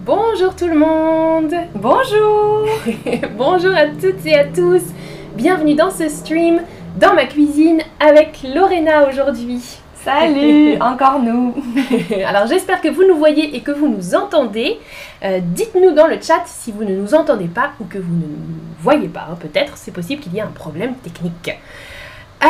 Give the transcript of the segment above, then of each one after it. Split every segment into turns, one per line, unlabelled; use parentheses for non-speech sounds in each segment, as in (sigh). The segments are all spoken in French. Bonjour tout le monde (laughs) Bonjour Bonjour à toutes et à tous Bienvenue dans ce stream, dans ma cuisine, avec Lorena aujourd'hui. (laughs)
Salut, encore nous.
Alors j'espère que vous nous voyez et que vous nous entendez. Euh, Dites-nous dans le chat si vous ne nous entendez pas ou que vous ne nous voyez pas. hein. Peut-être c'est possible qu'il y ait un problème technique. Euh,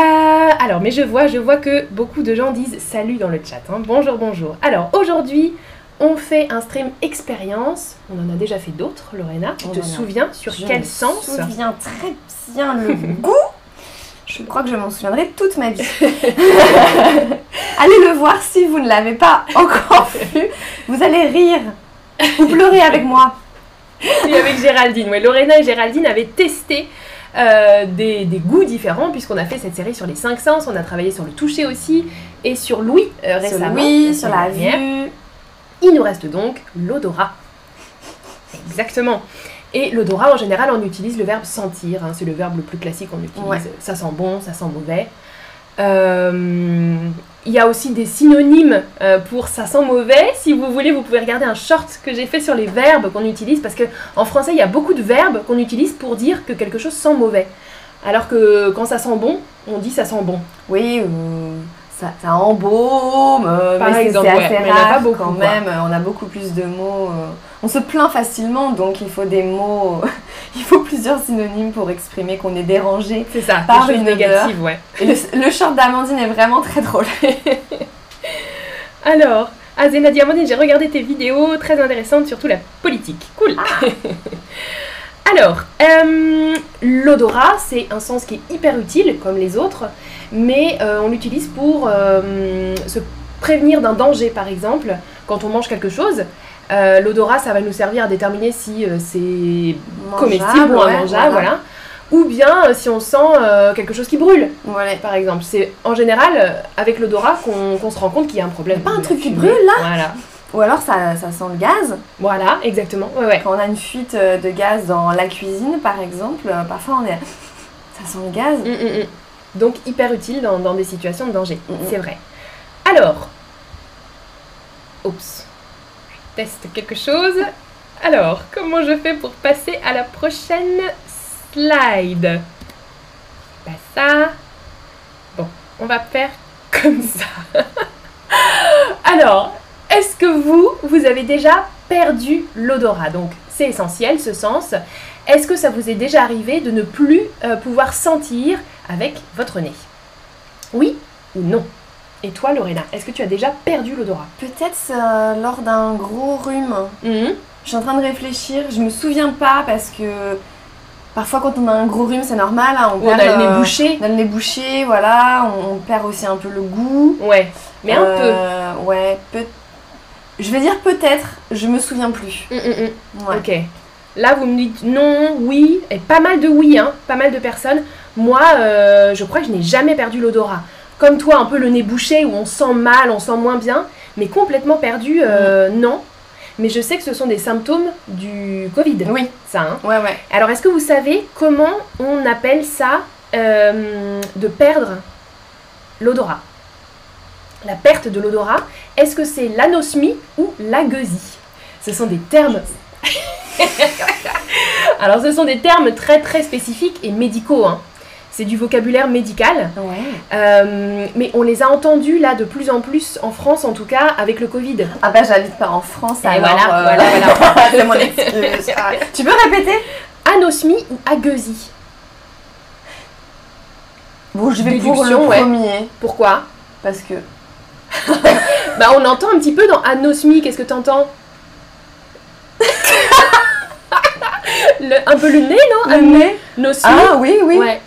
alors mais je vois, je vois que beaucoup de gens disent salut dans le chat. hein. Bonjour, bonjour. Alors aujourd'hui on fait un stream expérience. On en a déjà fait d'autres, Lorena. Tu
On
te
en a.
souviens sur
Je
quel
me
sens
souviens très bien le (laughs) goût. Je crois que je m'en souviendrai
(laughs)
toute ma vie. allez le voir si vous ne l'avez pas
(laughs)
encore vu. Vous allez rire ou pleurer avec moi.
(laughs) Oui, avec Géraldine. Ouais, Lorena et Géraldine avaient testé euh, des, des goûts différents, puisqu'on a fait cette série sur les cinq sens, on a travaillé sur le toucher aussi, et sur l'ouïe euh, récemment.
oui,
semaine
sur la
dernière.
vue.
Il nous reste donc l'odorat. Exactement. Et l'odorat, en général, on utilise le verbe sentir. hein, c'est le verbe le plus classique qu'on utilise.
Ouais.
Ça sent bon, ça sent mauvais. Euh, Il y a aussi des synonymes euh, pour ça sent mauvais. Si vous voulez, vous pouvez regarder un short que j'ai fait sur les verbes qu'on utilise. Parce que en français, il y a beaucoup de verbes qu'on utilise pour dire que quelque chose sent mauvais. Alors que quand ça sent bon, on dit ça sent bon.
Oui, ou ça, ça embaume. euh,
Par
mais c'est-
exemple,
c'est
ouais,
assez
mais il y en a
rare
pas beaucoup,
quand
quoi.
même. On a beaucoup plus de mots. euh, On se plaint facilement, donc il faut des mots. (laughs) il faut plusieurs synonymes pour exprimer qu'on est dérangé.
C'est ça,
Par
des choses
une odeur.
négatives, ouais.
Et le, le short d'Amandine est vraiment très drôle.
Alors, Azena Diamandine, j'ai regardé tes vidéos très intéressantes, surtout la politique. Cool. (laughs) Alors, euh, l'odorat, c'est un sens qui est hyper utile, comme les autres, mais euh, on l'utilise pour euh, se prévenir d'un danger, par exemple, quand on mange quelque chose. euh, l'odorat, ça va nous servir à déterminer si euh, c'est comestible ou
ouais,
immangeable, voilà. Ou bien euh, si on sent euh, quelque chose qui brûle,
Voilà.
par exemple. C'est en général euh, avec l'odorat qu'on qu'on se rend compte qu'il y a un problème.
Pas un
La
truc qui
fumée.
brûle, là
Voilà.
Ou alors ça, ça sent le gaz.
Voilà, exactement. Ouais, ouais.
Quand on a une fuite euh, de gaz dans la cuisine, par exemple, euh, parfois on est. Ça sent le gaz.
Mm, mm, mm. Donc hyper utile dans, dans des situations de danger,
Mm, mm.
c'est vrai. Alors, oups, je teste quelque chose. Alors, comment je fais pour passer à la prochaine slide Pas ça. Bon, on va faire (laughs) comme ça. Alors, est-ce que vous, vous avez déjà perdu l'odorat Donc, c'est essentiel ce sens. Est-ce que ça vous est déjà arrivé de ne plus euh, pouvoir sentir avec votre nez Oui ou non Et toi, Lorena, est-ce que tu as déjà perdu l'odorat
Peut-être euh, lors d'un gros rhume. Je suis en train de réfléchir, je me souviens pas parce que. Parfois quand on a un gros rhume, c'est normal, hein, on
Ou On
perd.
a le
euh,
nez bouché
On a le nez bouché, voilà, on, on perd aussi un peu le goût.
Ouais, mais un
Euh, Ouais, peut- Je vais dire peut-être, je me souviens plus.
peu. Mm, mm, mm.
Ouais.
Ok. Là, vous me dites non, oui, et pas mal de oui, hein, pas mal de personnes. Moi, euh, je crois que je n'ai jamais perdu l'odorat. Comme toi, un peu le nez bouché, où on sent mal, on sent moins bien, mais complètement perdu, euh,
Mm.
non. Mais je sais que ce sont des symptômes du Covid,
Oui,
ça, hein.
ouais, ouais.
Alors, est-ce que vous savez comment on appelle ça euh, de perdre l'odorat La perte de l'odorat, est-ce que c'est l'anosmie ou l'agueusie Ce sont des termes. (laughs) Alors, ce sont des termes très très spécifiques et médicaux. hein. C'est du vocabulaire médical.
Ouais.
Euh, mais on les a entendus là de plus en plus en France, en tout cas avec le Covid.
Ah bah j'habite pas en France
Et
alors. euh,
voilà, voilà,
(laughs) c'est mon excuse. Ah, tu peux répéter
Anosmie ou agueusie
Bon, je vais pour le
Déduction, ouais.
premier
Pourquoi
parce que
Bah on entend un petit peu dans anosmie, qu'est-ce que
(laughs)
t'entends Le- Un peu le nez, non
le nez.
Anosmie
Ah oui, oui. Ah,
Ouais.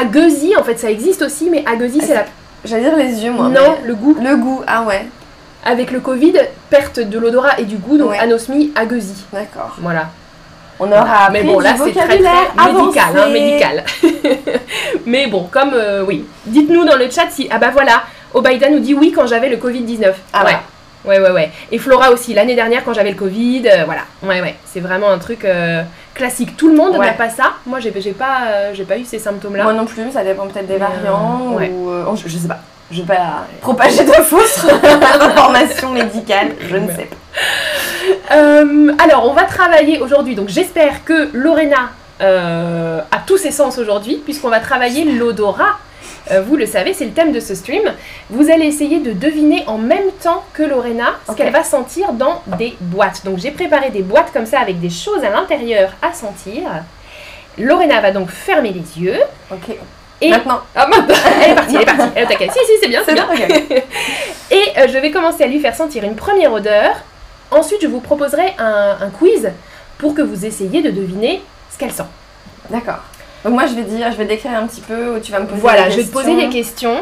Ageusie, en fait, ça existe aussi, mais ageusie, c'est la...
J'allais dire les yeux moi.
non,
mais-
le goût.
Le goût. Ah ouais.
Avec le Covid, perte de l'odorat et du goût, donc
Ouais.
anosmie, ageusie.
D'accord.
Voilà.
On aura
mais
appris
bon,
du
là, c'est très, très
vocabulaire
médical, hein,
avancé.
médical. (laughs) mais bon, comme... euh, oui. Dites-nous dans le chat si... Ah bah voilà, Obaïda nous dit oui quand j'avais le Covid-19.
Ah
ouais.
ouais.
Ouais, ouais, ouais. Et Flora aussi, l'année dernière quand j'avais le Covid, euh, voilà. Ouais, ouais. C'est vraiment un truc euh, classique. Tout le monde
Ouais.
n'a pas ça. Moi, j'ai j'ai pas, euh, j'ai pas eu ces symptômes-là.
Moi non plus, ça dépend peut-être des
Mais, euh,
variants
ouais.
ou euh, oh, je, je sais pas. (laughs) Je (laughs) vais pas propager de fausses informations médicales, je ne
Ouais.
sais pas.
Euh, alors, on va travailler aujourd'hui. Donc, j'espère que Lorena euh, a tous ses sens aujourd'hui, puisqu'on va travailler l'odorat. Euh, vous le savez, c'est le thème de ce stream. Vous allez essayer de deviner en même temps que Lorena ce
Ok.
qu'elle va sentir dans des boîtes. Donc, j'ai préparé des boîtes comme ça avec des choses à l'intérieur à sentir. Lorena va donc fermer les yeux.
Ok.
Et
Maintenant,
Ah, mince, elle est partie, elle est partie. Elle attaque. Si, si, c'est bien, c'est
c'est
bien. (laughs)
bon. ok.
Et euh, je vais commencer à lui faire sentir une première odeur. Ensuite, je vous proposerai un, un quiz pour que vous essayiez de deviner ce qu'elle sent.
D'accord. Donc moi, je vais dire, je vais décrire un petit peu où tu vas me poser
Voilà,
des
je vais te poser des
questions
questions.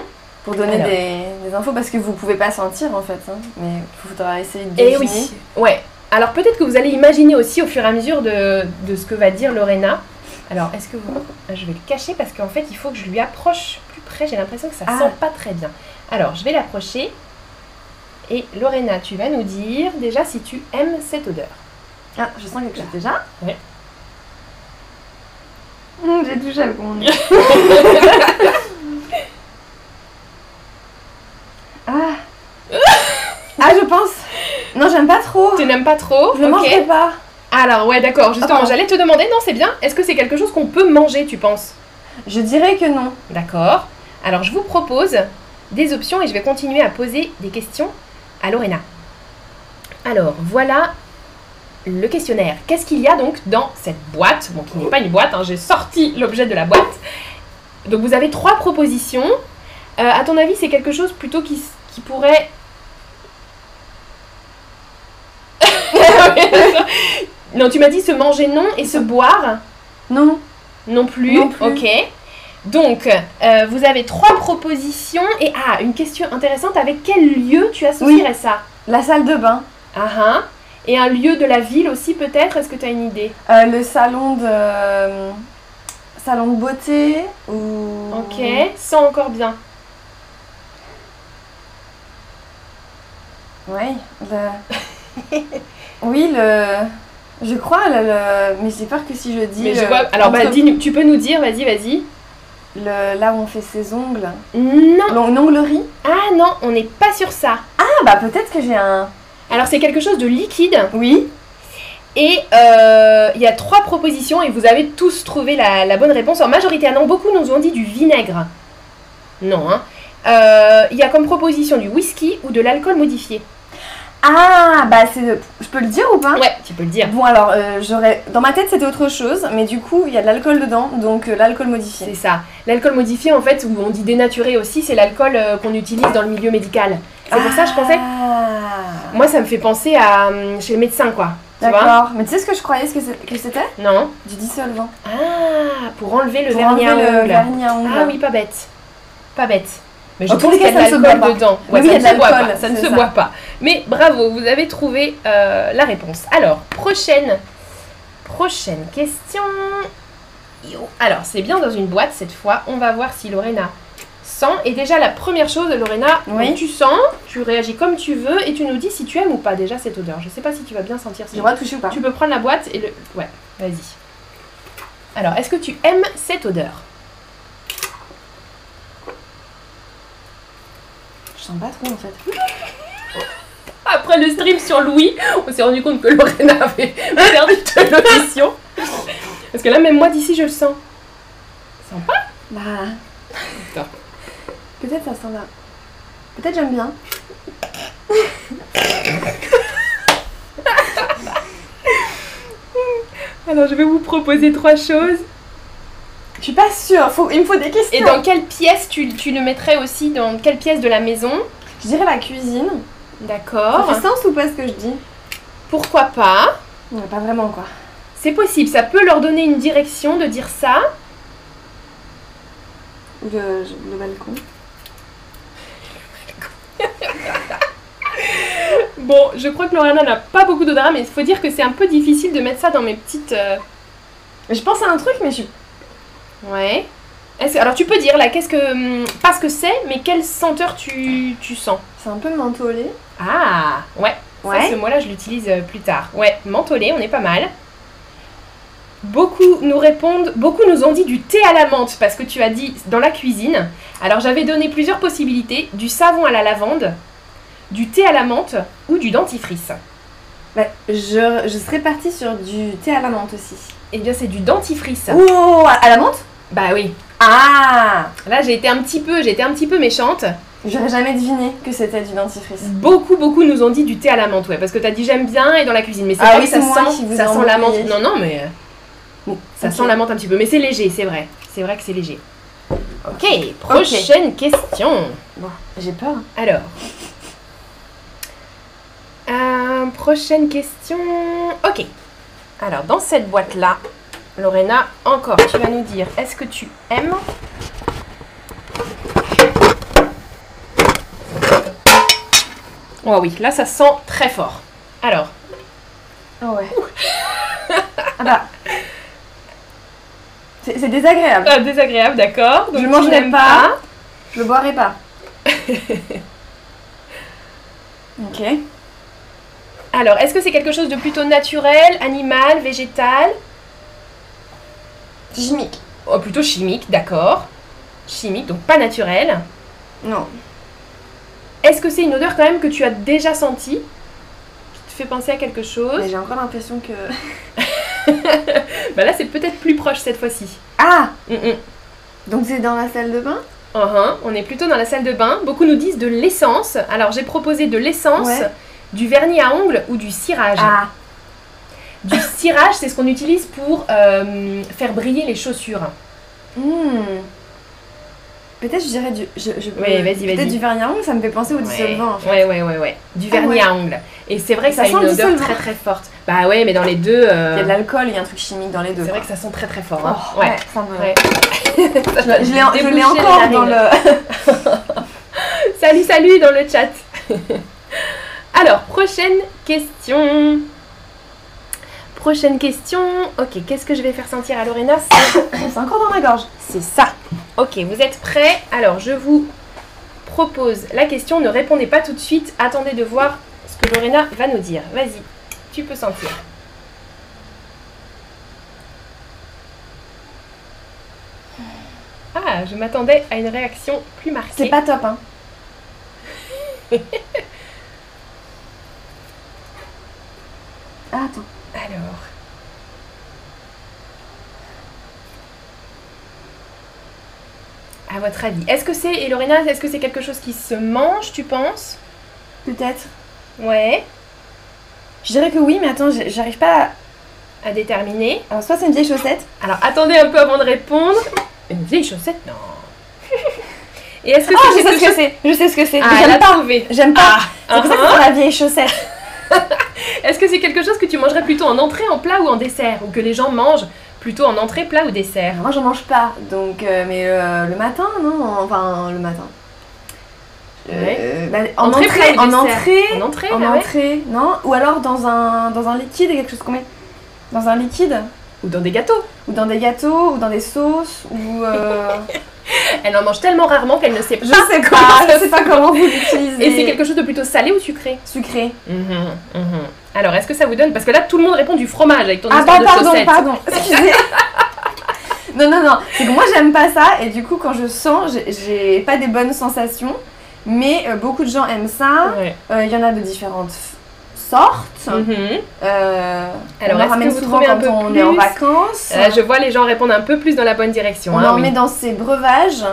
pour donner
Alors.
des, des infos parce que vous pouvez pas sentir en fait. hein. Mais il faudra essayer de deviner.
Et Eh oui, ouais. Alors peut-être que vous allez imaginer aussi au fur et à mesure de, de ce que va dire Lorena. Alors, est-ce que vous... ah, Je vais le cacher parce qu'en fait, il faut que je lui approche plus près. J'ai l'impression que ça
Ah.
sent pas très bien. Alors, je vais l'approcher. Et Lorena, tu vas nous dire déjà si tu aimes cette odeur.
Ah, je sens quelque chose déjà.
Ouais. (laughs)
Mmh, J'ai touché avec mon nez. (laughs)
(laughs)
ah. ah, je pense. Non, j'aime pas trop.
Tu n'aimes pas trop
Je ne
ok.
mangerai pas.
Alors ouais d'accord, justement,
Ah.
j'allais te demander, non c'est bien, est-ce que c'est quelque chose qu'on peut manger tu penses
Je dirais que non.
D'accord, alors je vous propose des options et je vais continuer à poser des questions à Lorena. Alors voilà le questionnaire. Qu'est-ce qu'il y a donc dans cette boîte Bon qui n'est pas une boîte, hein, j'ai sorti l'objet de la boîte. Donc vous avez trois propositions. Euh, à ton avis c'est quelque chose plutôt qui, s- qui pourrait... (laughs) non tu m'as dit se manger non et se boire.
Non.
Non plus.
Non plus.
Ok. Donc, euh, vous avez trois propositions et ah, une question intéressante. Avec quel lieu tu associerais ça
La salle de bain.
Ah hein. Et un lieu de la ville aussi peut-être. Est-ce que tu as une idée
Euh, le salon de. euh, salon de beauté ou.
Ok. Sans encore bien.
Ouais. le- (laughs) oui, le. Je crois, le, le- mais j'ai peur que si je dis.
Mais je
euh,
vois. Alors, bah,
entre-
dis-nous- tu peux nous dire. Vas-y, vas-y.
le- là où on fait ses ongles.
Non.
L'on- Une onglerie
Ah non, on n'est pas sur ça.
Ah bah peut-être que j'ai un.
Alors, c'est quelque chose de liquide
Oui.
et euh, il y a trois propositions et vous avez tous trouvé la, la bonne réponse en majorité. Ah non, beaucoup nous ont dit du vinaigre. Non, hein. Euh, Il y a comme proposition du whisky ou de l'alcool modifié.
Ah bah c'est. Je peux le dire ou pas
Ouais, tu peux le dire.
Bon alors, euh, j'aurais. Dans ma tête c'était autre chose, mais du coup il y a de l'alcool dedans, donc euh, l'alcool modifié.
C'est ça. L'alcool modifié, en fait, où on dit dénaturé aussi, c'est l'alcool euh, qu'on utilise dans le milieu médical. C'est pour ça, je pensais.
Ah.
Moi, ça me fait penser à euh, chez le médecin, quoi. Tu vois
D'accord. Mais tu sais ce que je croyais ce que c'est- que c'était
Non.
Du dissolvant.
Ah, pour enlever le
Pour
vernis à
enlever le
ongles.
vernis à ongles.
Ah oui, pas bête. Pas bête. Mais je
En tous
pense
les
qu'il y
cas,
a de
ça ne se boit
l'alcool
pas.
dedans.
Oui,
ça
il y a
ne
de
se boit
l'alcool,
pas. Ça ne
c'est
se
ça.
boit pas. Mais bravo, vous avez trouvé euh, la réponse. Alors, prochaine, prochaine question. Yo. Alors, c'est bien dans une boîte cette fois. On va voir si Lorena sent. Et déjà, la première chose, Lorena,
Oui.
donc tu sens, tu réagis comme tu veux et tu nous dis si tu aimes ou pas déjà cette odeur. Je sais pas si tu vas bien sentir
J'ai
cette
le droit de toucher ou pas
Tu peux prendre la boîte et le. Ouais, vas-y. Alors, est-ce que tu aimes cette odeur
Je sens pas trop en fait.
Après le stream sur Louis, on s'est rendu compte que Lorena avait perdu de l'audition. Parce que là, même moi d'ici, je le sens. Sympa
Bah.
D'accord.
Peut-être ça sent là. Peut-être j'aime bien.
Alors, je vais vous proposer trois choses.
Je suis pas sûre, faut... il me faut des questions.
Et dans quelle pièce tu, tu le mettrais aussi Dans quelle pièce de la maison
Je dirais la cuisine. Ça
D'accord.
fait sens ou pas ce que je dis
Pourquoi pas
Ouais, Pas vraiment quoi.
C'est possible, ça peut leur donner une direction de dire ça.
Ou le, le balcon.
Bon, je crois que Lorena n'a pas beaucoup d'odorat, mais il faut dire que c'est un peu difficile de mettre ça dans mes petites. euh,
Je pense à un truc, mais je suis.
Ouais. Est-ce- Alors tu peux dire là, qu'est-ce que. hum, Pas ce que c'est, mais quelle senteur tu, tu sens
C'est un peu mentholé.
Ah Ouais, ça, ce mot-là je l'utilise euh, plus tard. Ouais, mentholé, on est pas mal. Beaucoup nous répondent, beaucoup nous ont dit du thé à la menthe parce que tu as dit dans la cuisine. Alors j'avais donné plusieurs possibilités, du savon à la lavande, du thé à la menthe ou du dentifrice.
Bah, je, je serais partie sur du thé à la menthe aussi.
Eh bien, c'est du dentifrice.
Oh, à, à la menthe
Bah oui.
Ah
Là, j'ai été un petit peu, j'ai été un petit peu méchante.
J'aurais jamais deviné que c'était du dentifrice.
Beaucoup, beaucoup nous ont dit du thé à la menthe, ouais, parce que t'as dit j'aime bien et dans la cuisine, mais c'est
Ah
pas
oui,
que ça
c'est moi
sent,
qui vous
ça
ai
sent la menthe.
embrouillé.
Non, non, mais euh,
Bon,
ça
ok.
sent la menthe un petit peu, mais c'est léger, c'est vrai, c'est vrai que c'est léger. Ok, prochaine question.
Bon, j'ai peur. hein.
Alors, Euh, prochaine question. Ok. Alors, dans cette boîte-là, Lorena, encore, tu vas nous dire, est-ce que tu aimes Oh oui, là ça sent très fort. Alors,
Ah ouais. ah bah. C'est c'est désagréable.
ah, désagréable, d'accord.
Je
tu
mangerai
n'aimes
pas. Je le boirai pas. (laughs) ok.
pas. Alors, est-ce que c'est quelque chose de plutôt naturel, animal, végétal
Chimique.
Oh, plutôt chimique, d'accord. Chimique, donc pas naturel.
Non.
Est-ce que c'est une odeur quand même que tu as déjà sentie Qui te fait penser à quelque chose
Mais j'ai encore l'impression que.
Bah là c'est peut-être plus proche cette fois-ci.
Ah
Hum, hum.
Donc c'est dans la salle de bain
Ah, hein, On est plutôt dans la salle de bain. Beaucoup nous disent de l'essence. Alors j'ai proposé de l'essence,
Ouais.
du vernis à ongles ou du cirage.
Ah.
Du cirage c'est ce qu'on utilise pour euh, faire briller les chaussures.
Hmm. Peut-être je dirais du. Je, je-
Ouais,
euh,
vas-y,
Peut-être
vas-y.
du vernis à ongles, ça me fait penser au dissolvant en fait.
ouais, ouais, ouais, ouais. Du
Ah,
vernis
ouais.
à ongles. Et c'est vrai que ça,
Ça
a une
sent le
odeur
dissolvant.
très très forte. Bah ouais, mais dans les deux, euh,
Il y a de l'alcool, il y a un truc chimique dans les deux.
c'est vrai que ça sent très très fort. hein.
Oh,
Ouais.
ouais, ça me-
Ouais.
Je, je l'ai en- je l'ai
Déboucher
encore
les
dans
narines.
le.
Salut, salut dans le chat. (laughs) Alors, prochaine question. Prochaine question. Ok, qu'est-ce que je vais faire sentir à Lorena C'est-
(laughs) C'est encore dans ma gorge.
C'est ça. Ok, vous êtes prêts Alors, je vous propose la question. Ne répondez pas tout de suite. Attendez de voir ce que Lorena va nous dire. Vas-y, tu peux sentir. Ah, je m'attendais à une réaction plus marquée.
C'est
(laughs)
pas top, hein. Ah, attends.
Alors. À votre avis, est-ce que c'est, et Lorena, est-ce que c'est quelque chose qui se mange, tu penses
Peut-être.
Ouais,
Je dirais que oui, mais attends, j'ai- j'arrive pas à.
à déterminer.
Alors, soit c'est une vieille chaussette.
Alors attendez un peu avant de répondre. Une vieille chaussette
(laughs)
Non. et est-ce que
Ah,
c'est
je sais
quelque
ce que
chose.
c'est. Je sais ce que c'est.
Ah, elle
J'aime
a
pas.
trouvé.
J'aime pas.
Ah,
C'est pour ça que
hein.
c'est la vieille chaussette.
Est-ce que c'est quelque chose que tu mangerais plutôt en entrée, en plat ou en dessert Ou que les gens mangent plutôt en entrée, plat ou dessert
Moi, j'en mange pas. Donc, euh, mais euh, le matin, non Enfin, le matin. Euh, bah, en
Entrée, plat
entrée,
ou
en
dessert
entrée,
En entrée,
en
ah ouais.
entrée, non Ou alors dans un, dans un liquide, quelque chose qu'on met dans un liquide
Ou dans des gâteaux
Ou dans des gâteaux, ou dans des sauces, ou...
(laughs)
euh,
Elle en mange tellement rarement qu'elle ne sait pas.
je sais
Ah, comment
pas,
ça
je sais pas comment vous l'utilisez.
Et c'est quelque chose de plutôt salé ou sucré
Sucré.
Alors, est-ce que ça vous donne Parce que là, tout le monde répond du fromage avec ton
mm-hmm. Ah bah
histoire de
pardon,
chaussette.
pardon,
(laughs)
excusez. non, non, non, c'est que moi j'aime pas ça, et du coup quand je sens, j'ai- j'ai pas des bonnes sensations, mais euh, beaucoup de gens aiment ça,
Ouais.
Euh, il y en a de différentes sortes.
Mhm.
Euh,
Alors,
on en
est-ce
ramène
que vous
souvent
trouvez un
quand
peu
on
plus
est en vacances. hein.
Euh, je vois les gens répondre un peu plus dans la bonne direction.
On
hein,
en
oui.
met dans ses breuvages,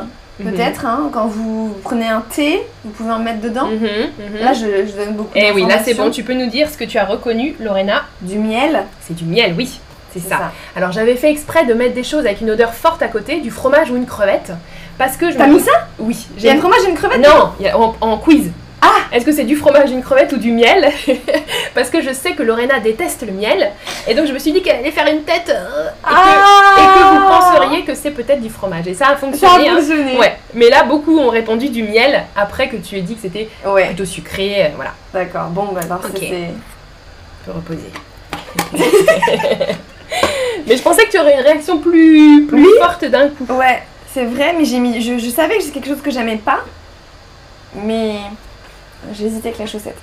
Mhm.
peut-être. hein, quand vous prenez un thé, vous pouvez en mettre dedans.
Mhm, mhm.
Là, je, je donne beaucoup
Eh oui, là c'est bon,
d'informations.
tu peux nous dire ce que tu as reconnu, Lorena.
Du miel,
C'est du miel, oui, c'est
c'est
ça.
ça.
Alors j'avais fait exprès de mettre des choses avec une odeur forte à côté, du fromage ou une crevette, parce que je
T'as
me-
mis ça
Oui,
Il y a un fromage et une crevette
Non, il y a- en, en quiz.
Ah
Est-ce que c'est du fromage, une crevette ou du miel (laughs) Parce que je sais que Lorena déteste le miel, et donc je me suis dit qu'elle allait faire une tête euh, et, que- et que, vous penseriez que c'est peut-être du fromage. Et Ah ça a
Ah Ça a
fonctionné. hein.
fonctionné.
Ouais, mais là beaucoup ont répondu du miel après que tu aies dit que c'était
Ouais,
plutôt sucré, euh, voilà,
d'accord. Bon, bah alors ça,
Ok.
c'est.
on peut reposer. (laughs) mais je pensais que tu aurais une réaction plus, plus forte d'un coup.
Ouais, c'est vrai, mais j'ai mis. Je, je savais que c'est quelque chose que j'aimais pas, mais. J'ai hésité avec la chaussette.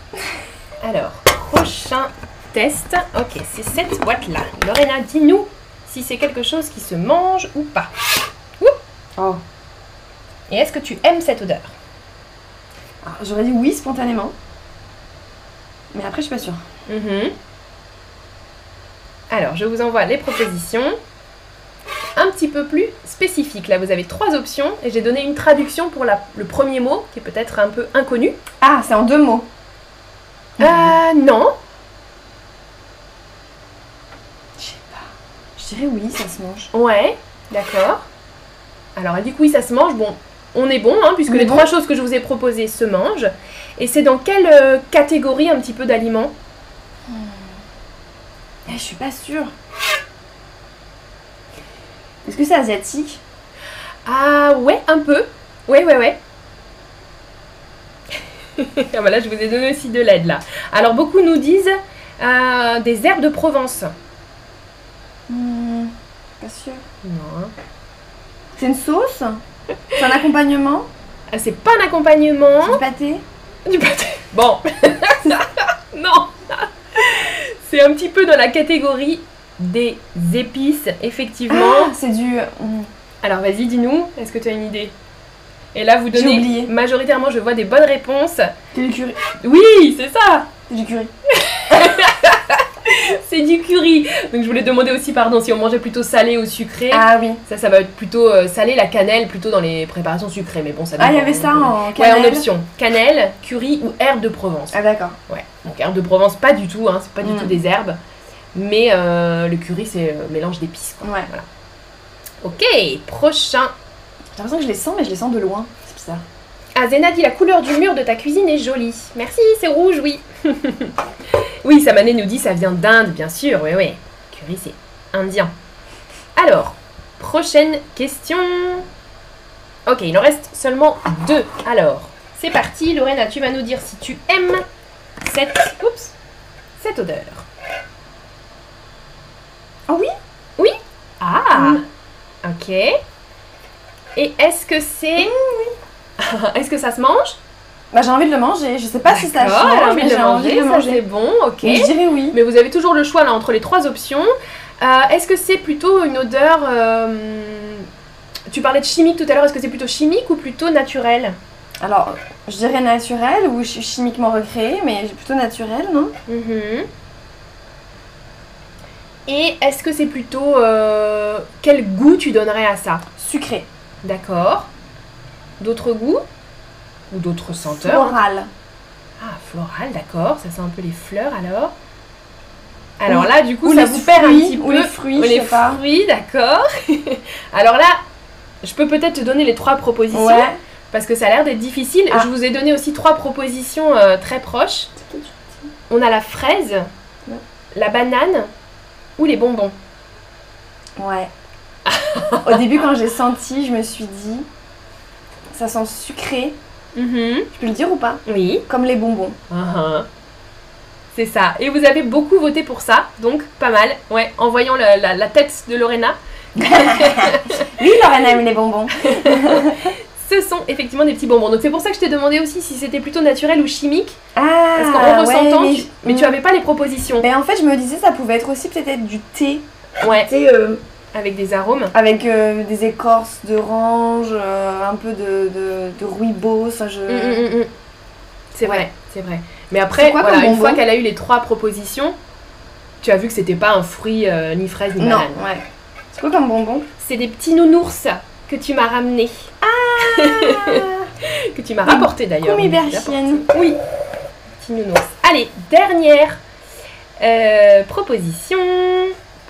Alors, prochain test. Ok, c'est cette boîte-là. Lorena, dis-nous si c'est quelque chose qui se mange ou pas.
Oh.
Et est-ce que tu aimes cette odeur
Alors, J'aurais dit oui spontanément, mais après, je suis pas sûre.
Mhm. Alors, je vous envoie les propositions. Un petit peu plus spécifiques. Là, vous avez trois options et j'ai donné une traduction pour la- le premier mot qui est peut-être un peu inconnu.
Ah, c'est en deux mots.
Euh, non.
Je sais pas. Je dirais oui, ça se mange.
Ouais, d'accord. Alors, elle dit que oui, ça se mange. Bon, on est bon, hein, puisque
On est
les
bon.
trois choses que je vous ai proposées se mangent. Et c'est dans quelle euh, catégorie un petit peu d'aliments
Eh, je suis pas sûre. Est-ce que c'est asiatique
Ah ouais, un peu. Ouais, ouais, ouais. (laughs) ah bah là, je vous ai donné aussi de l'aide là. Alors beaucoup nous disent euh, des herbes de Provence.
Hmm, Pas sûre.
Non. hein.
C'est une sauce C'est un accompagnement
Ah, c'est pas un accompagnement
C'est du pâté
du pâté. Bon. (laughs) non. c'est un petit peu dans la catégorie des épices, effectivement.
Ah, c'est du... hmm,
Alors vas-y, dis-nous, est-ce que tu as une idée Et là, vous
J'ai
donnez
oublié.
majoritairement, je vois des bonnes réponses.
C'est du curry.
Oui, c'est ça.
C'est du curry.
C'est du curry. Donc je voulais demander aussi, pardon, si on mangeait plutôt salé ou sucré.
Ah oui.
Ça, ça va être plutôt euh, salé, la cannelle plutôt dans les préparations sucrées. Mais bon, ça
Ah, il y
dépend,
avait
hein.
ça en
Ouais,
cannelle
en option. Cannelle, curry ou herbe de Provence.
Ah d'accord.
Ouais. Donc herbe de Provence, pas du tout, hein, c'est pas du
Mm.
tout des herbes. Mais euh, le curry, c'est euh, mélange d'épices. quoi.
Ouais.
Ok, prochain.
J'ai l'impression que je les sens, mais je les sens de loin. C'est bizarre.
Ah, Zena dit la couleur du mur de ta cuisine est jolie. Merci, c'est rouge, oui. (laughs) oui, Samané nous dit ça vient d'Inde, bien sûr, oui, oui. Curry, c'est indien. Alors, prochaine question. Ok, il en reste seulement deux. Alors, c'est parti, Lorena, tu vas nous dire si tu aimes cette, oups, cette odeur.
Ah oui
Oui Ah
Mm.
Ok. Et est-ce que c'est. Est-ce que ça se mange
Bah j'ai envie de le manger. Je sais pas Ah, si ça
D'accord,
change, mais j'ai envie de le
ça c'est
manger.
bon, ok.
Mais je dirais oui.
Mais vous avez toujours le choix là entre les trois options. Euh, est-ce que c'est plutôt une odeur. euh, Tu parlais de chimique tout à l'heure, est-ce que c'est plutôt chimique ou plutôt naturel
Alors, je dirais naturel ou chi- chimiquement recréé, mais plutôt naturel, non
Mhm. Et est-ce que c'est plutôt. euh, Quel goût tu donnerais à ça
Sucré.
D'accord. D'autres goûts Ou d'autres senteurs
Oral.
Ah, floral, d'accord. Ça sent un peu les fleurs alors. Alors là, du coup,
Ou
ça
les
vous perd un
fruits,
petit peu.
ou les fruits,
Ou
je
les
sais pas.
fruits, d'accord. (laughs) alors là, je peux peut-être te donner les trois propositions
Ouais.
parce que ça a l'air d'être difficile.
Ah.
Je vous ai donné aussi trois propositions euh, très proches. On a la fraise,
Ouais.
la banane ou les bonbons.
Ouais. Au début, quand j'ai senti, je me suis dit, ça sent sucré.
Mhm.
Je peux le dire ou pas
Oui.
Comme les bonbons.
Uhum. C'est ça. Et vous avez beaucoup voté pour ça, donc pas mal. Ouais, en voyant la- la- la tête de Lorena,
Oui, Lorraine aime les bonbons.
Ce sont effectivement des petits bonbons. Donc c'est pour ça que je t'ai demandé aussi si c'était plutôt naturel ou chimique.
Ah,
Parce qu'en ressentant,
ouais, Mm.
tu- mais tu avais pas les propositions.
Mais en fait, je me disais, ça pouvait être aussi peut-être du thé.
Ouais,
Thé euh,
avec des arômes.
avec euh, des écorces d'orange, euh, un peu de, de, de rooibos, ça je...
Mm, mm, mm, mm. C'est vrai,
Ouais.
c'est vrai. Mais après,
C'est quoi
voilà,
comme
une
bonbon
fois qu'elle a eu les trois propositions, tu as vu que c'était pas un fruit euh, ni fraise ni
Non,
banane.
ouais. C'est quoi comme bonbon
C'est des petits nounours que tu m'as ramenés,
Ah.
que tu m'as
Des
rapportés d'ailleurs.
Comme
Oui,
persienne.
Oui, petit nounours. Allez, dernière euh, proposition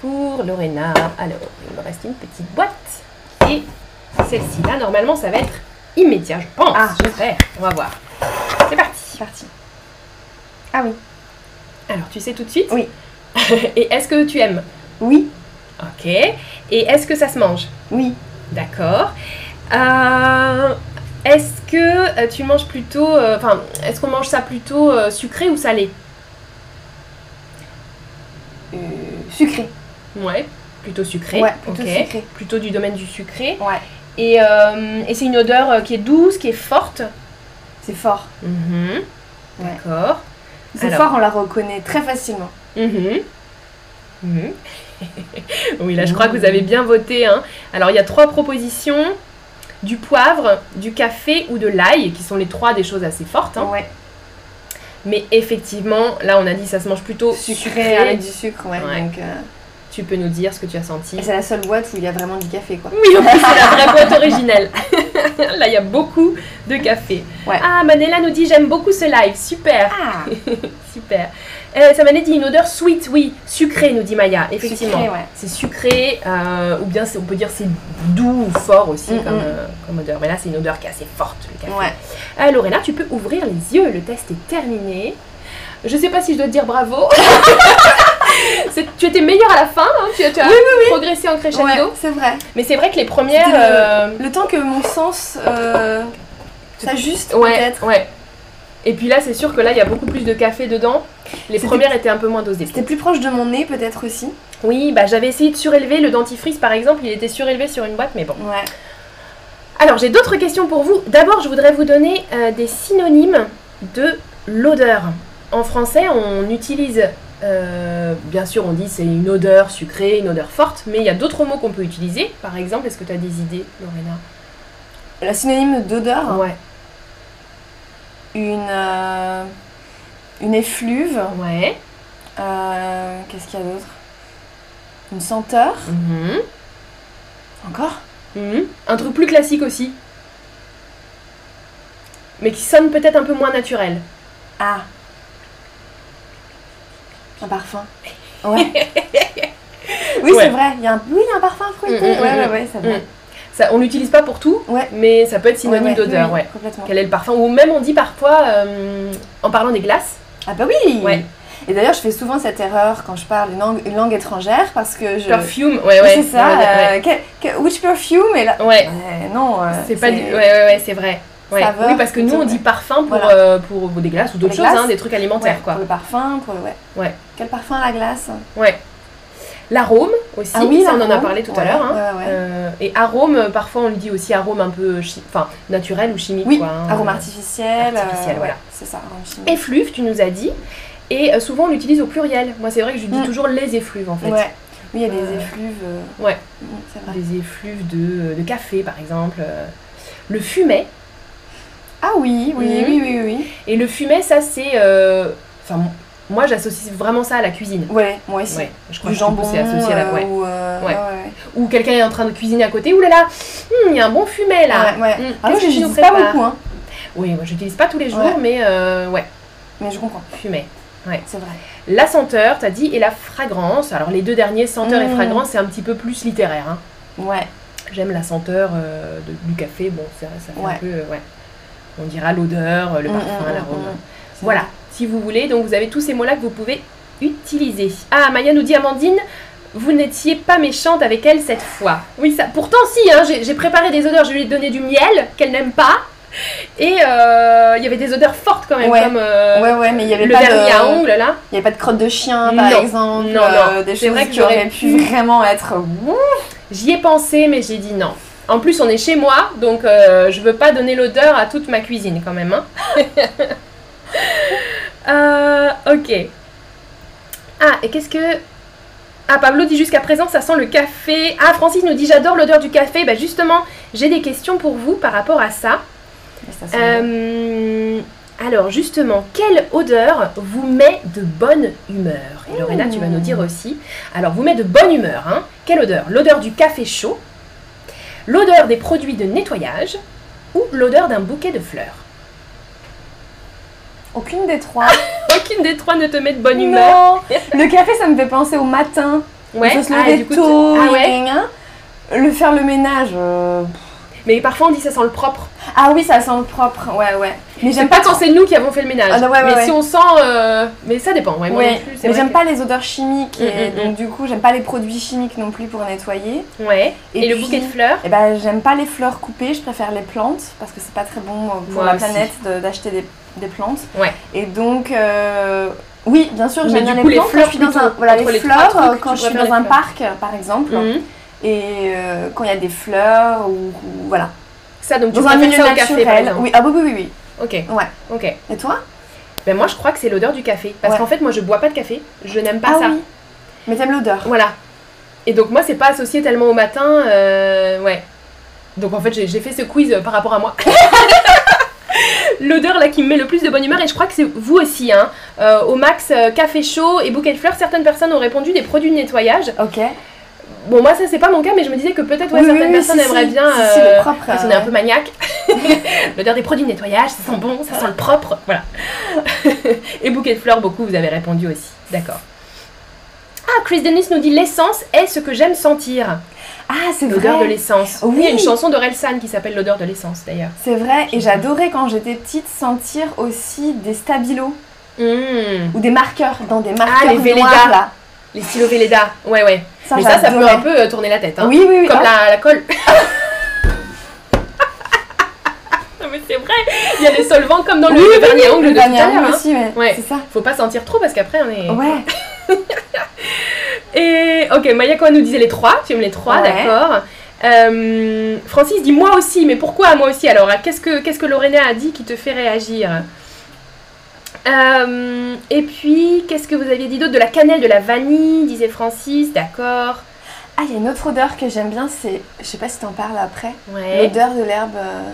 pour Lorena. Alors, il me reste une petite boîte. Et celle-ci, là, normalement, ça va être immédiat, je pense.
Ah.
j'espère. On va voir. C'est parti.
C'est parti. Ah oui.
Alors, tu sais tout de suite
Oui.
(laughs) Et est-ce que tu aimes
Oui,
Ok. Et est-ce que ça se mange
oui.
D'accord. Euh, est-ce que euh, tu manges plutôt. euh, Enfin, est-ce qu'on mange ça plutôt euh, sucré ou salé
Euh, sucré.
Ouais, plutôt sucré.
Ouais, plutôt
Ok.
sucré.
plutôt du domaine du sucré.
Ouais.
Et, euh, et c'est une odeur euh, qui est douce, qui est forte.
C'est fort. Mhm. Ouais.
D'accord.
C'est
Alors.
fort, on la reconnaît très facilement.
Mhm. Mhm. (laughs) oui, là, je crois que vous avez bien voté. hein. Alors, il y a trois propositions du poivre, du café ou de l'ail, qui sont les trois des choses assez fortes. hein.
Ouais.
Mais effectivement, là on a dit ça se mange plutôt
Sucré,
sucré.
avec du sucre, ouais.
Ouais.
Donc, euh,
Tu peux nous dire ce que tu as senti.
et c'est la seule boîte où il y a vraiment du café, quoi.
Oui, en plus, c'est la
(laughs)
vraie boîte originelle. Là, il y a beaucoup de café.
Ouais.
Ah, Manella nous dit j'aime beaucoup ce live. Super,
(laughs) Ah,
super. Euh, ça m'a dit une odeur sweet, oui, sucrée, nous dit Maya. Effectivement.
Sucré, ouais.
C'est sucré, euh, ou bien c'est- on peut dire c'est doux ou fort aussi
Mm,
comme,
mm.
euh, comme odeur. Mais là, c'est une odeur qui est assez forte, le café.
Ouais.
Ah, Lorena, tu peux ouvrir les yeux. Le test est terminé. Je sais pas si je dois te dire
(laughs)
bravo. C'est- tu étais meilleure à la fin, hein, tu, tu as progressé en crescendo.
Ouais, c'est vrai.
Mais c'est vrai que les premières.
C'était
euh,
le- Le temps que mon sens euh, s'ajuste,
Ouais,
peut-être.
ouais. Et puis là, c'est sûr que là, il y a beaucoup plus de café dedans. Les
C'était-
premières étaient un peu moins dosées.
C'était plus proche de mon nez, peut-être aussi.
Oui, bah j'avais essayé de surélever le dentifrice par exemple, il était surélevé sur une boîte, mais bon.
Ouais.
Alors, j'ai d'autres questions pour vous. D'abord, je voudrais vous donner euh, des synonymes de l'odeur. En français, on utilise. euh, bien sûr, on dit c'est une odeur sucrée, une odeur forte, mais il y a d'autres mots qu'on peut utiliser. Par exemple, est-ce que tu as des idées, Lorena
La synonyme d'odeur,
Ouais.
une, euh, une effluve.
Ouais.
euh, Qu'est-ce qu'il y a d'autre Une senteur.
Mhm.
Encore
Mhm. Un truc plus classique aussi. Mais qui sonne peut-être un peu moins naturel.
Ah. Un parfum.
(laughs)
Ouais. oui,
Ouais.
c'est vrai. Il y a un... Oui, il y a un parfum fruité.
Mm, mm, mm,
ouais, ouais,
mm.
ouais, c'est vrai.
Mm. Ça, on l'utilise pas pour tout,
Ouais.
mais ça peut être synonyme
Ouais, ouais,
d'odeur,
oui,
ouais.
oui, Complètement.
Quel est le parfum Ou même on dit parfois, euh, en parlant des glaces,
Ah bah oui
Ouais.
Et d'ailleurs, je fais souvent cette erreur quand je parle une langue, une langue étrangère parce que je...
perfume. Ouais,
Oui,
ouais.
c'est ça.
ouais, ouais,
euh, que- que- which perfume Et là...
ouais. Ouais,
Ouais, non. euh,
c'est pas du. Ouais, ouais, ouais, c'est vrai. Ouais.
Saveur,
oui, parce que nous
plutôt,
on dit
ouais.
parfum pour,
Voilà.
euh, pour des glaces ou d'autres
les
choses,
glaces.
hein, des trucs
Ouais,
alimentaires,
Pour
quoi.
le parfum, pour le... Ouais.
Ouais.
Quel parfum à la glace Ah
Ouais. L'arôme aussi, ça, on en a
l'arôme.
parlé tout à
Ouais,
l'heure. hein.
ouais, ouais.
Euh, et arôme, euh, parfois on le dit aussi arôme un peu chi- enfin, naturel ou chimique.
oui,
quoi, hein.
arôme artificiel. euh,
artificiel,
ouais,
voilà.
C'est ça, arôme chimique.
Effluve, tu nous as dit. Et euh, souvent on l'utilise au pluriel. Moi c'est vrai que je dis
Mm.
toujours les effluves en fait.
Ouais. Oui, il y a des
Euh,
effluves. euh,
ouais.
mm, C'est vrai.
Des effluves de, de café par exemple. Euh, Le fumet.
Ah oui, oui,
Mhm.
oui, oui, oui.
Et le fumet, ça c'est. euh, Enfin, m- moi j'associe vraiment ça à la cuisine.
Ouais, moi aussi.
Ouais, je crois
Du
que du coup,
jambon.
c'est associé à la.
euh,
ouais.
ou, euh,
Ouais.
ouais, ouais.
Ou quelqu'un est en train de cuisiner à côté. Ouh là là, hum, il y a un bon fumet là.
Ouais, ouais.
Hum,
Ah moi,
qu'est-ce que tu nous
j'utilise pas
prépares
beaucoup, hein.
Oui, moi j'utilise pas tous les jours,
Ouais.
mais euh, ouais,
Mais je comprends,
fumet.
c'est vrai.
La senteur, t'as dit, et la fragrance. Alors les deux derniers, senteur et
Mm.
fragrance, c'est un petit peu plus littéraire. hein.
Ouais.
J'aime la senteur euh, de- du café, bon, ça, ça fait un
Ouais.
peu, euh, ouais. On dira l'odeur, euh, le
Mm,
parfum,
mm,
l'arôme.
mm, mm. C'est
Voilà,
vrai.
si vous voulez, donc vous avez tous ces mots-là que vous pouvez utiliser. Ah, Maya nous dit, Amandine, vous n'étiez pas méchante avec elle cette fois. Oui, ça, pourtant si, hein, j'ai j'ai préparé des odeurs, je lui ai donné du miel qu'elle n'aime pas. Et euh, il y avait des odeurs fortes quand même,
Ouais.
comme euh,
Ouais, ouais, mais il y avait
le
pas
vernis à
de...
ongles là.
Il y avait pas de crotte de chien, par
Non.
exemple.
Non,
euh,
non.
Des
C'est
choses
vrai que
qui auraient
j'aurais
pu vraiment être... Ouh.
J'y ai pensé, mais j'ai dit non. En plus, on est chez moi, donc euh, je veux pas donner l'odeur à toute ma cuisine quand même. hein. (laughs) Euh, ok. Ah, et qu'est-ce que. Ah, Pablo dit jusqu'à présent, ça sent le café. Ah, Francis nous dit j'adore l'odeur du café. Bah, justement, j'ai des questions pour vous par rapport à ça.
Mais ça sent bon.
Euh, alors, justement, quelle odeur vous met de bonne humeur Et Lorena, tu vas nous dire aussi. Alors, vous met de bonne humeur, hein Quelle odeur L'odeur du café chaud, l'odeur des produits de nettoyage ou l'odeur d'un bouquet de fleurs
Aucune des trois.
Aucune des trois ne te met de bonne humeur.
non Le café, ça me fait penser au matin. Il faut se
ah,
lever
du coup, tu-
tôt.
ah
et
ouais.
gna. Le faire le ménage... euh,
Mais parfois, on dit ça sent le propre.
Ah oui, ça sent le propre, ouais, ouais. Mais j'aime
J'aime
pas
pas quand c'est nous qui avons fait le ménage.
Ah, non, ouais, ouais,
mais
ouais.
si on sent. euh, Mais ça dépend, ouais, moi
Ouais,
non plus, c'est
mais
vrai
j'aime
que-
pas les odeurs chimiques
Mm,
et
mm,
donc du coup j'aime pas les produits chimiques non plus pour nettoyer.
Ouais. Et, le
puis,
bouquet de fleurs
eh ben j'aime pas les fleurs coupées, je préfère les plantes parce que c'est pas très bon euh, pour
Moi
la
aussi.
planète de- d'acheter des, des plantes.
Ouais.
Et donc euh, oui, bien sûr
Mais
j'aime
du
bien les
coup, les
plantes quand
fleurs
je suis dans
plutôt,
un voilà
entre
les,
les trois
fleurs
trucs,
euh,
tu
quand je suis
préfères
dans
les
un
fleurs.
parc euh, par exemple
Mhm.
et euh, quand il y a des fleurs ou, ou- voilà
Ça, donc tu
dans un
préfères
milieu
ça au
naturel.
café, par exemple.
oui ah oui oui oui. oui.
Ok.
Ouais.
Ok.
Et toi
Ben moi je crois que c'est l'odeur du café. Parce
Ouais.
qu'en fait moi je bois pas de café, je n'aime pas
Ah
Bah, ça.
oui. Mais t'aimes l'odeur.
Voilà. Et donc moi c'est pas associé tellement au matin. euh, ouais. Donc en fait j'ai j'ai fait ce quiz euh, par rapport à moi. (laughs) l'odeur là qui me met le plus de bonne humeur et je crois que c'est vous aussi. Hein. Euh, au max euh, café chaud et bouquet de fleurs, certaines personnes ont répondu des produits de nettoyage.
Ok.
Bon moi ça c'est pas mon cas mais je me disais que peut-être ouais,
Oui,
certaines
oui, oui,
personnes
si, si,
aimeraient bien...
si, si,
euh,
le propre.
parce qu'on est un peu maniaque. (laughs) L'odeur des produits de nettoyage, ça sent bon, ça sent le propre. Voilà. (laughs) et bouquet de fleurs, beaucoup, vous avez répondu aussi. D'accord. Ah, Chris Dennis nous dit l'essence est ce que j'aime sentir.
Ah, c'est
L'odeur de
vrai.
l'essence.
Oui.
Il y a une chanson d'Orelsan qui s'appelle L'odeur de l'essence d'ailleurs.
C'est vrai. Et j'adorais quand j'étais petite sentir aussi des stabilos
Mmh.
ou des marqueurs dans des marqueurs
Ah, les Velleda.
noirs là.
Les stylos Velleda. Ouais, ouais.
Ça,
Mais ça, ça peut
j'adorais.
un peu euh, tourner la tête. Hein.
Oui, oui, oui.
Comme
Ah,
la, la
(laughs)
colle. Non, mais c'est vrai. Il y a des solvants comme dans le,
Oui,
le
oui,
dernier angle
le
de tout
dernier
à l'heure,
angle
hein.
aussi, ouais.
Ouais.
C'est ça.
Faut pas sentir trop parce qu'après on est.
Ouais.
Et ok, Maya Cohen nous disait les trois, tu aimes les trois,
Ouais.
d'accord. Euh, Francis dit moi aussi, mais pourquoi moi aussi alors hein Qu'est-ce que qu'est-ce que Lorena a dit qui te fait réagir Euh, Et puis qu'est-ce que vous aviez dit d'autre de la cannelle, de la vanille, disait Francis, d'accord.
Ah, il y a une autre odeur que j'aime bien, c'est. Je sais pas si t'en parles après.
Ouais.
L'odeur de l'herbe. euh,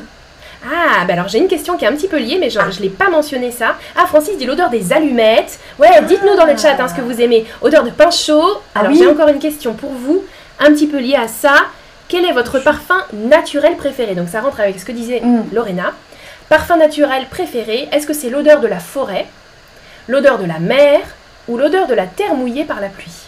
Ah bah alors j'ai une question qui est un petit peu liée, mais
Ah.
genre, je l'ai pas mentionné ça. Ah Francis dit l'odeur des allumettes. Ouais, dites-nous dans le chat hein, ce que vous aimez. Odeur de pain chaud.
Ah
Alors
oui.
j'ai encore une question pour vous, un petit peu liée à ça. Quel est votre parfum naturel préféré Donc ça rentre avec ce que disait
Mm.
Lorena. Parfum naturel préféré, est-ce que c'est l'odeur de la forêt, l'odeur de la mer ou l'odeur de la terre mouillée par la pluie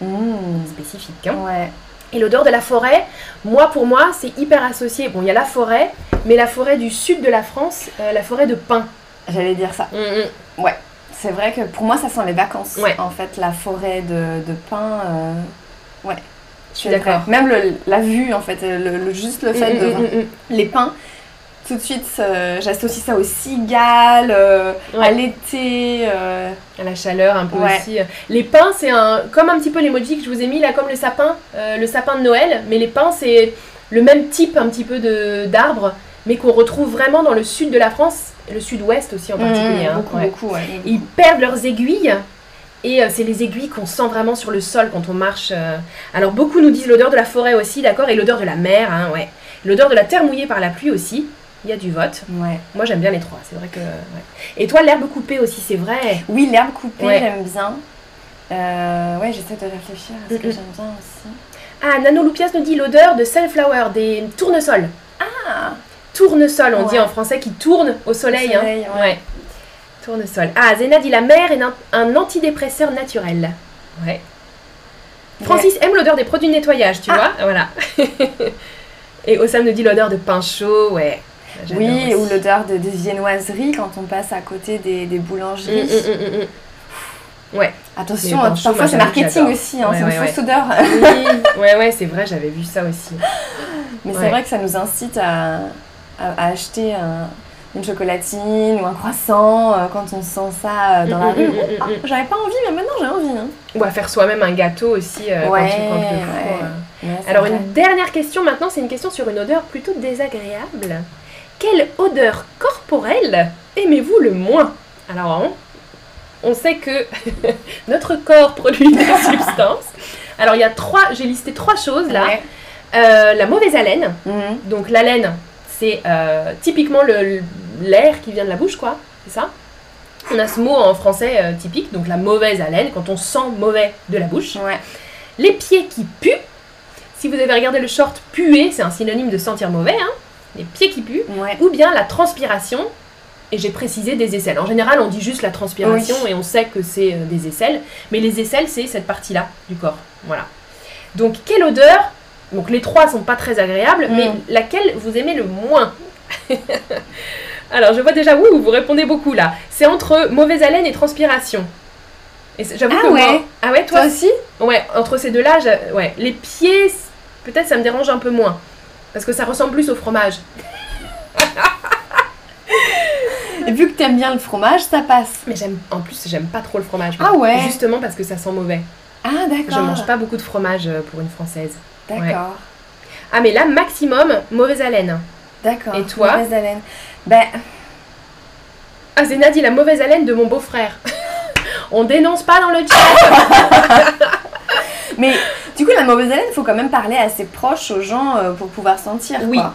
Mm.
Spécifique, hein
Ouais.
et l'odeur de la forêt, moi pour moi, c'est hyper associé. Bon, il y a la forêt, mais la forêt du sud de la France, euh, la forêt de pins.
J'allais dire ça.
Mm,
C'est vrai que pour moi, ça sent les vacances.
Ouais.
En fait, la forêt de, de pins. euh,
Je suis d'accord.
Même le- la vue, en fait, euh, le, le- juste le fait
Mm,
de
mm,
voir
mm, mm.
les pins. Tout de suite, euh, j'associe ça aux cigales, euh,
Ouais.
à l'été. euh,
À La chaleur un peu
Ouais.
aussi. Les pins, c'est un comme un petit peu les l'emoji que je vous ai mis là, comme le sapin, euh, le sapin de Noël. Mais les pins, c'est le même type un petit peu de d'arbre, mais qu'on retrouve vraiment dans le sud de la France, le sud-ouest aussi en particulier.
Mm,
hein.
beaucoup,
Ouais.
beaucoup. ouais.
Ils perdent leurs aiguilles et euh, c'est les aiguilles qu'on sent vraiment sur le sol quand on marche. euh. Alors beaucoup nous disent l'odeur de la forêt aussi, d'accord, et l'odeur de la mer, hein, ouais. L'odeur de la terre mouillée par la pluie aussi. Il y a du vote.
Ouais.
Moi j'aime bien les trois, c'est vrai que. ouais. Et toi l'herbe coupée aussi, c'est vrai.
Oui, l'herbe coupée,
Ouais.
j'aime bien. Euh, ouais, j'essaie de réfléchir à ce que
Mm, mm.
j'aime bien aussi.
Ah Nano Loupias nous dit l'odeur de sunflower, des tournesols.
Ah,
Tournesol, on dit
Ouais.
en français qui tourne au soleil. hein.
soleil, ouais.
Ouais. Tournesol. Ah Zena dit la mer est un, un antidépresseur naturel. Ouais. Francis aime l'odeur des produits de nettoyage,
Ah.
tu vois Voilà. (laughs) Et Osam nous dit l'odeur de pain chaud, ouais. Ah, J'adore
Oui,
aussi.
ou l'odeur de, des viennoiseries quand on passe à côté des, des
Mm,
boulangeries.
mm, mm, mm, mm.
Attention,
Les pains chauds, moi,
parfois c'est
j'avoue que
marketing
j'adore.
aussi, hein,
Ouais,
c'est une
ouais,
fausse odeur. (laughs)
Oui, ouais, ouais, c'est vrai, j'avais vu ça aussi.
Mais
Ouais.
c'est vrai que ça nous incite à, à- à acheter un- une chocolatine ou un croissant euh, quand on sent ça euh, dans la
Mm, mm,
rue.
mm, mm,
Ah,
mm.
J'avais pas envie, mais maintenant j'ai envie. hein.
Ou à faire soi-même un gâteau aussi euh, quand
Ouais,
tu- quand tu le fais,
ouais.
hein.
Ouais, c'est
Alors,
vrai.
une dernière question maintenant, c'est une question sur une odeur plutôt désagréable. Quelle odeur corporelle aimez-vous le moins Alors, on, on sait que (laughs) notre corps produit des (laughs) substances. Alors, il y a trois, j'ai listé trois choses là.
Ouais.
Euh, la mauvaise haleine,
Mhm.
donc l'haleine, c'est euh, typiquement le- l'air qui vient de la bouche, quoi, c'est ça On a ce mot en français euh, typique, donc la mauvaise haleine, quand on sent mauvais de la bouche.
Ouais.
Les pieds qui puent. Si vous avez regardé le short puer, c'est un synonyme de sentir mauvais. Hein. Les pieds qui puent.
Ouais.
Ou bien la transpiration. Et j'ai précisé des aisselles. En général, on dit juste la transpiration
Oui.
et on sait que c'est euh, des aisselles. Mais les aisselles, c'est cette partie-là du corps. Voilà. Donc, quelle odeur Donc, les trois sont pas très agréables,
Mm.
mais laquelle vous aimez le moins (laughs) Alors, je vois déjà, ouh, vous répondez beaucoup là. C'est entre mauvaise haleine et transpiration. Et c'est- j'avoue
Ah
que moi-
ouais.
Ah ouais, toi,
Toi aussi
Ouais, entre ces deux-là, j'a- ouais. Les pieds, c- peut-être ça me dérange un peu moins. Parce que ça ressemble plus au fromage.
Et vu que t'aimes bien le fromage, ça passe.
Mais j'aime, en plus, j'aime pas trop le fromage.
Ah ouais
Justement parce que ça sent mauvais.
Ah
Je
d'accord.
mange pas beaucoup de fromage euh, pour une française.
D'accord.
Ah, mais là, maximum, mauvaise haleine.
D'accord.
Et toi
Mauvaise haleine. Ben,
Ah, Zéna dit la mauvaise haleine de mon beau-frère. (laughs) On dénonce pas dans le
(laughs)
chat.
mais du coup, la mauvaise haleine, faut quand même parler à ses proches, aux gens, euh, pour pouvoir sentir.
Oui.
quoi.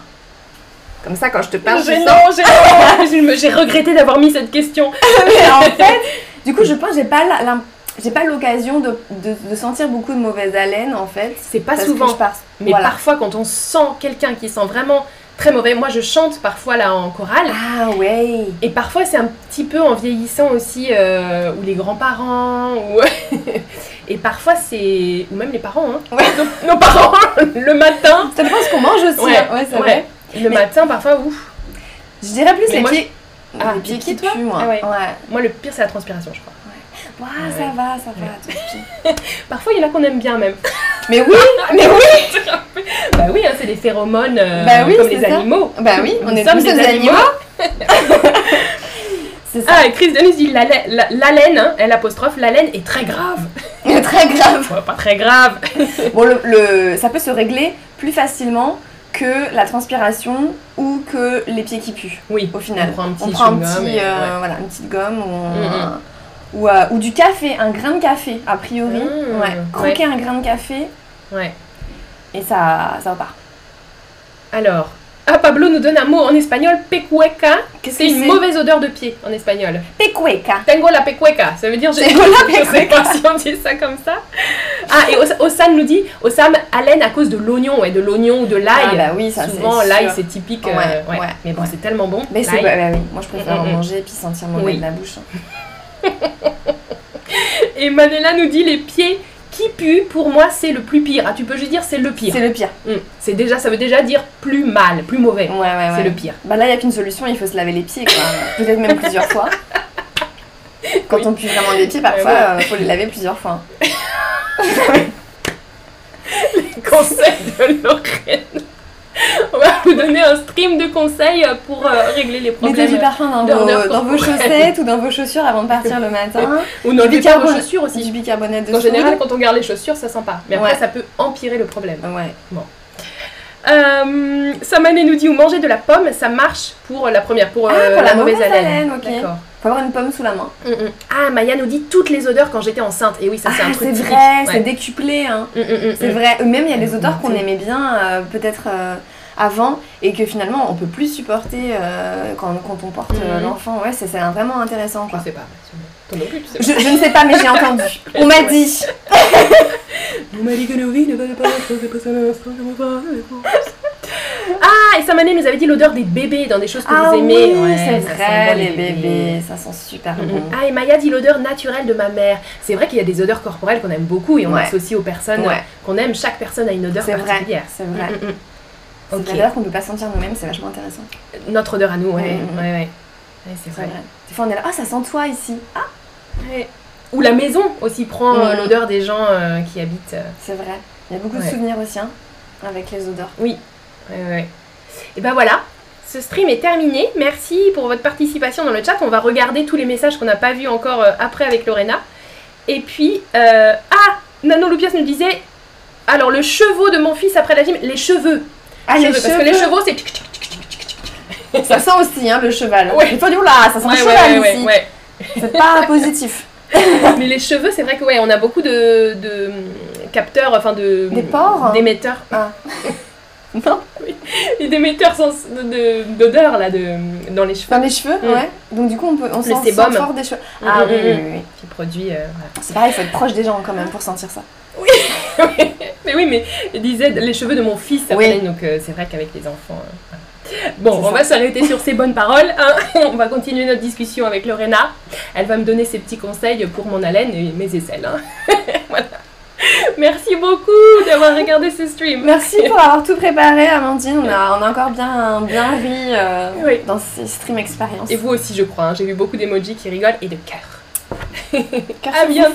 Comme ça, quand je te parle, je
Gênant,
sens.
gênant. (laughs) Je me- J'ai regretté d'avoir mis cette question.
Mais
(laughs)
en fait, du coup, je pense que j'ai pas la- la- j'ai pas l'occasion de, de- de sentir beaucoup de mauvaise haleine en fait.
C'est pas
parce que
souvent.
je pars-
Mais
voilà.
parfois, quand on sent quelqu'un qui sent vraiment très mauvais, moi je chante parfois là en chorale.
Ah ouais.
Et parfois, c'est un petit peu en vieillissant aussi, euh, ou les grands-parents, ou. (laughs) Et parfois, c'est. Ou même les parents, hein.
Ouais.
Nos, nos parents, (laughs) le matin.
Ça dépend ce qu'on mange aussi.
Ouais,
hein. ouais c'est vrai.
Le matin, parfois, ouf.
Je dirais plus
Mais
les
moi,
pieds.
Ah,
les
les
pieds
pieds,
qui
toi
puent, moi.
Ah ouais.
ouais.
Moi, le pire, c'est la transpiration, je crois.
Ouah,
Ouais.
ça va, ça va.
Ouais.
tout petit.
(laughs) Parfois, il y en a qu'on aime bien, même. (laughs)
Mais oui, mais oui.
Bah oui, hein, c'est des phéromones euh,
Bah oui,
comme
c'est
les
ça.
animaux.
Bah oui, on
Nous
est
sommes
tous des
des
animaux.
animaux. (laughs)
C'est ça.
Ah, et Chris Denis dit la, la- la- la laine, hein, elle apostrophe, la laine est très
(laughs)
grave.
Très grave.
Ouais, pas très grave.
Bon, le, le- ça peut se régler plus facilement que la transpiration ou que les pieds qui puent.
Oui.
Au final,
On prend un petit
un
chewing-gum
petit,
et-
euh,
ouais.
voilà, une petite gomme ou, un-
Mhm.
ou, euh, ou du café, un grain de café a priori.
Mhm,
Ouais. Croquer un grain de café
Ouais.
et ça, ça repart.
Alors. Ah, Pablo nous donne un mot en espagnol, pecueca.
Qu'est-ce
C'est
que
une mauvaise odeur de pied en espagnol.
Pecueca.
Tengo la pecueca, ça veut dire j'ai
Tengo
(laughs)
la
Je sais pas si on dit ça comme ça. Ah, et Os- Osam nous dit Osam, haleine à cause de l'oignon, ouais, de l'oignon ou de l'ail.
Ah bah oui, ça c'est
Souvent, l'ail,
sûr.
c'est typique. euh,
Ouais, ouais,
Mais bon,
ouais.
c'est tellement bon.
Mais c'est
l'ail.
bah, bah oui, moi je préfère en
Mm, mm, mm.
manger puis sentir mon lait
Oui.
de la bouche.
Et Manela nous dit les pieds qui puent, pour moi, c'est le plus pire. Ah, tu peux juste dire c'est le pire.
C'est le pire.
Mm. C'est déjà, ça veut déjà dire plus mal, plus mauvais.
Ouais, ouais, ouais.
C'est le pire. (laughs)
Bah là, il n'y a qu'une solution, il faut se laver les pieds, quoi. Peut-être même plusieurs
(laughs)
fois. Quand on pue vraiment les pieds, parfois, il
Euh,
faut les laver plusieurs fois.
Conseil de Lorraine. On va vous donner un stream de conseils pour euh, régler les
Mettez du
problèmes.
parfum dans,
Dans
vos,
leur-
dans vos chaussettes ou dans vos chaussures avant de partir
(laughs)
le matin.
Ou n'enlevez
du
pas vos
carbone.
chaussures aussi.
Du bicarbonate de
En
soude.
général, quand on garde les chaussures, ça sent pas. Mais après,
Ouais.
ça peut empirer le problème.
Ouais.
Euh, Samané nous dit ou manger de la pomme, ça marche pour la première, pour,
Ah,
euh,
pour la mauvaise haleine, ok.
D'accord.
Faut avoir une pomme sous la main.
Mm, mm. Ah, Maya nous dit toutes les odeurs quand j'étais enceinte. Et oui, ça c'est
ah,
un truc.
c'est
typique.
vrai, c'est
Ouais.
décuplé, hein.
Mm, mm, mm,
C'est
mm.
vrai. Même il y a des odeurs qu'on
C'est-
aimait bien, euh, peut-être euh, avant, et que finalement on peut plus supporter euh, quand, quand on porte euh,
Mhm.
l'enfant. Ouais, c'est c'est vraiment intéressant,
Je (laughs)
quoi.
sais pas. sûrement. Toi non plus, tu sais
Je, je ne sais pas, mais j'ai entendu.
(laughs)
On m'a dit.
Vous m'avez dit que nos vies ne valaient pas la chose, et passer un instant, je me vois, je me vois. Ah, et Samané nous avait dit l'odeur des bébés dans des choses que
Ah
vous aimez.
oui,
Ouais,
c'est
ça sent
vrai,
bon,
les bébés, ça sent super
Mm, mm.
bon.
Ah, et Maya dit l'odeur naturelle de ma mère. C'est vrai qu'il y a des odeurs corporelles qu'on aime beaucoup et on
Ouais.
associe aux personnes
Ouais,
qu'on aime. Chaque personne a une odeur
c'est vrai,
particulière.
c'est vrai.
Mm, mm, mm.
C'est
Ok.
de l'odeur qu'on peut pas sentir nous-mêmes, c'est vachement intéressant.
Notre odeur à nous, ouais.
Mm, mm, mm.
ouais, ouais. Ouais, c'est
C'est
vrai.
vrai. Des fois on est là, ah ça sent toi ici. Ah,
Ouais. Ou la maison aussi prend euh,
Mm.
l'odeur des gens euh, qui habitent. euh,
c'est vrai. Il y a beaucoup de
Ouais.
souvenirs aussi, hein, avec les odeurs.
Oui. Ouais, ouais, ouais. Et ben voilà, ce stream est terminé. Merci pour votre participation dans le chat. On va regarder tous les messages qu'on n'a pas vus encore euh, après avec Lorena. Et puis, euh, ah, Nano Lupias nous disait, alors le cheveu de mon fils après la gym, les cheveux.
Ah, les
Cheveux, Parce que les chevaux, c'est... tic, tic, tic, tic, tic, tic, tic.
Ça sent aussi, hein, le cheval.
Ouais.
Des fois on dit, oula, ça sent le
Ouais, ouais,
cheval
ouais, ouais,
ici.
ouais.
C'est pas (laughs) positif.
Mais les cheveux, c'est vrai que ouais, on a beaucoup de, de mm, capteurs, enfin de... mm,
Des porcs
D'émetteurs.
Ah. Non.
Et d'émetteurs sens- de- de- d'odeur, là, de, dans les cheveux.
Dans les cheveux,
Mm.
ouais. Donc du coup on peut, on
Le
sent, sent
sébum.
fort des cheveux. Ah
Mm,
oui,
mm,
oui,
mm.
oui, oui.
Qui produit... euh, voilà.
C'est pareil, faut être proche des gens quand même pour sentir ça.
Mais oui, mais il disait les cheveux de mon fils après, donc euh, c'est vrai qu'avec les enfants. euh, voilà. Bon,
C'est
on
ça.
va s'arrêter sur ces bonnes paroles. hein. (laughs) On va continuer notre discussion avec Lorena. Elle va me donner ses petits conseils pour mon haleine et mes aisselles. hein. (laughs) Voilà. Merci beaucoup d'avoir regardé ce stream. (laughs)
Merci pour avoir tout préparé, Amandine. On a, on a encore bien, bien ri euh,
Oui.
dans ces stream expériences.
Et vous aussi, je crois. hein. J'ai vu beaucoup d'emojis qui rigolent et de cœur.
Cœur
(laughs) À
sur
bientôt.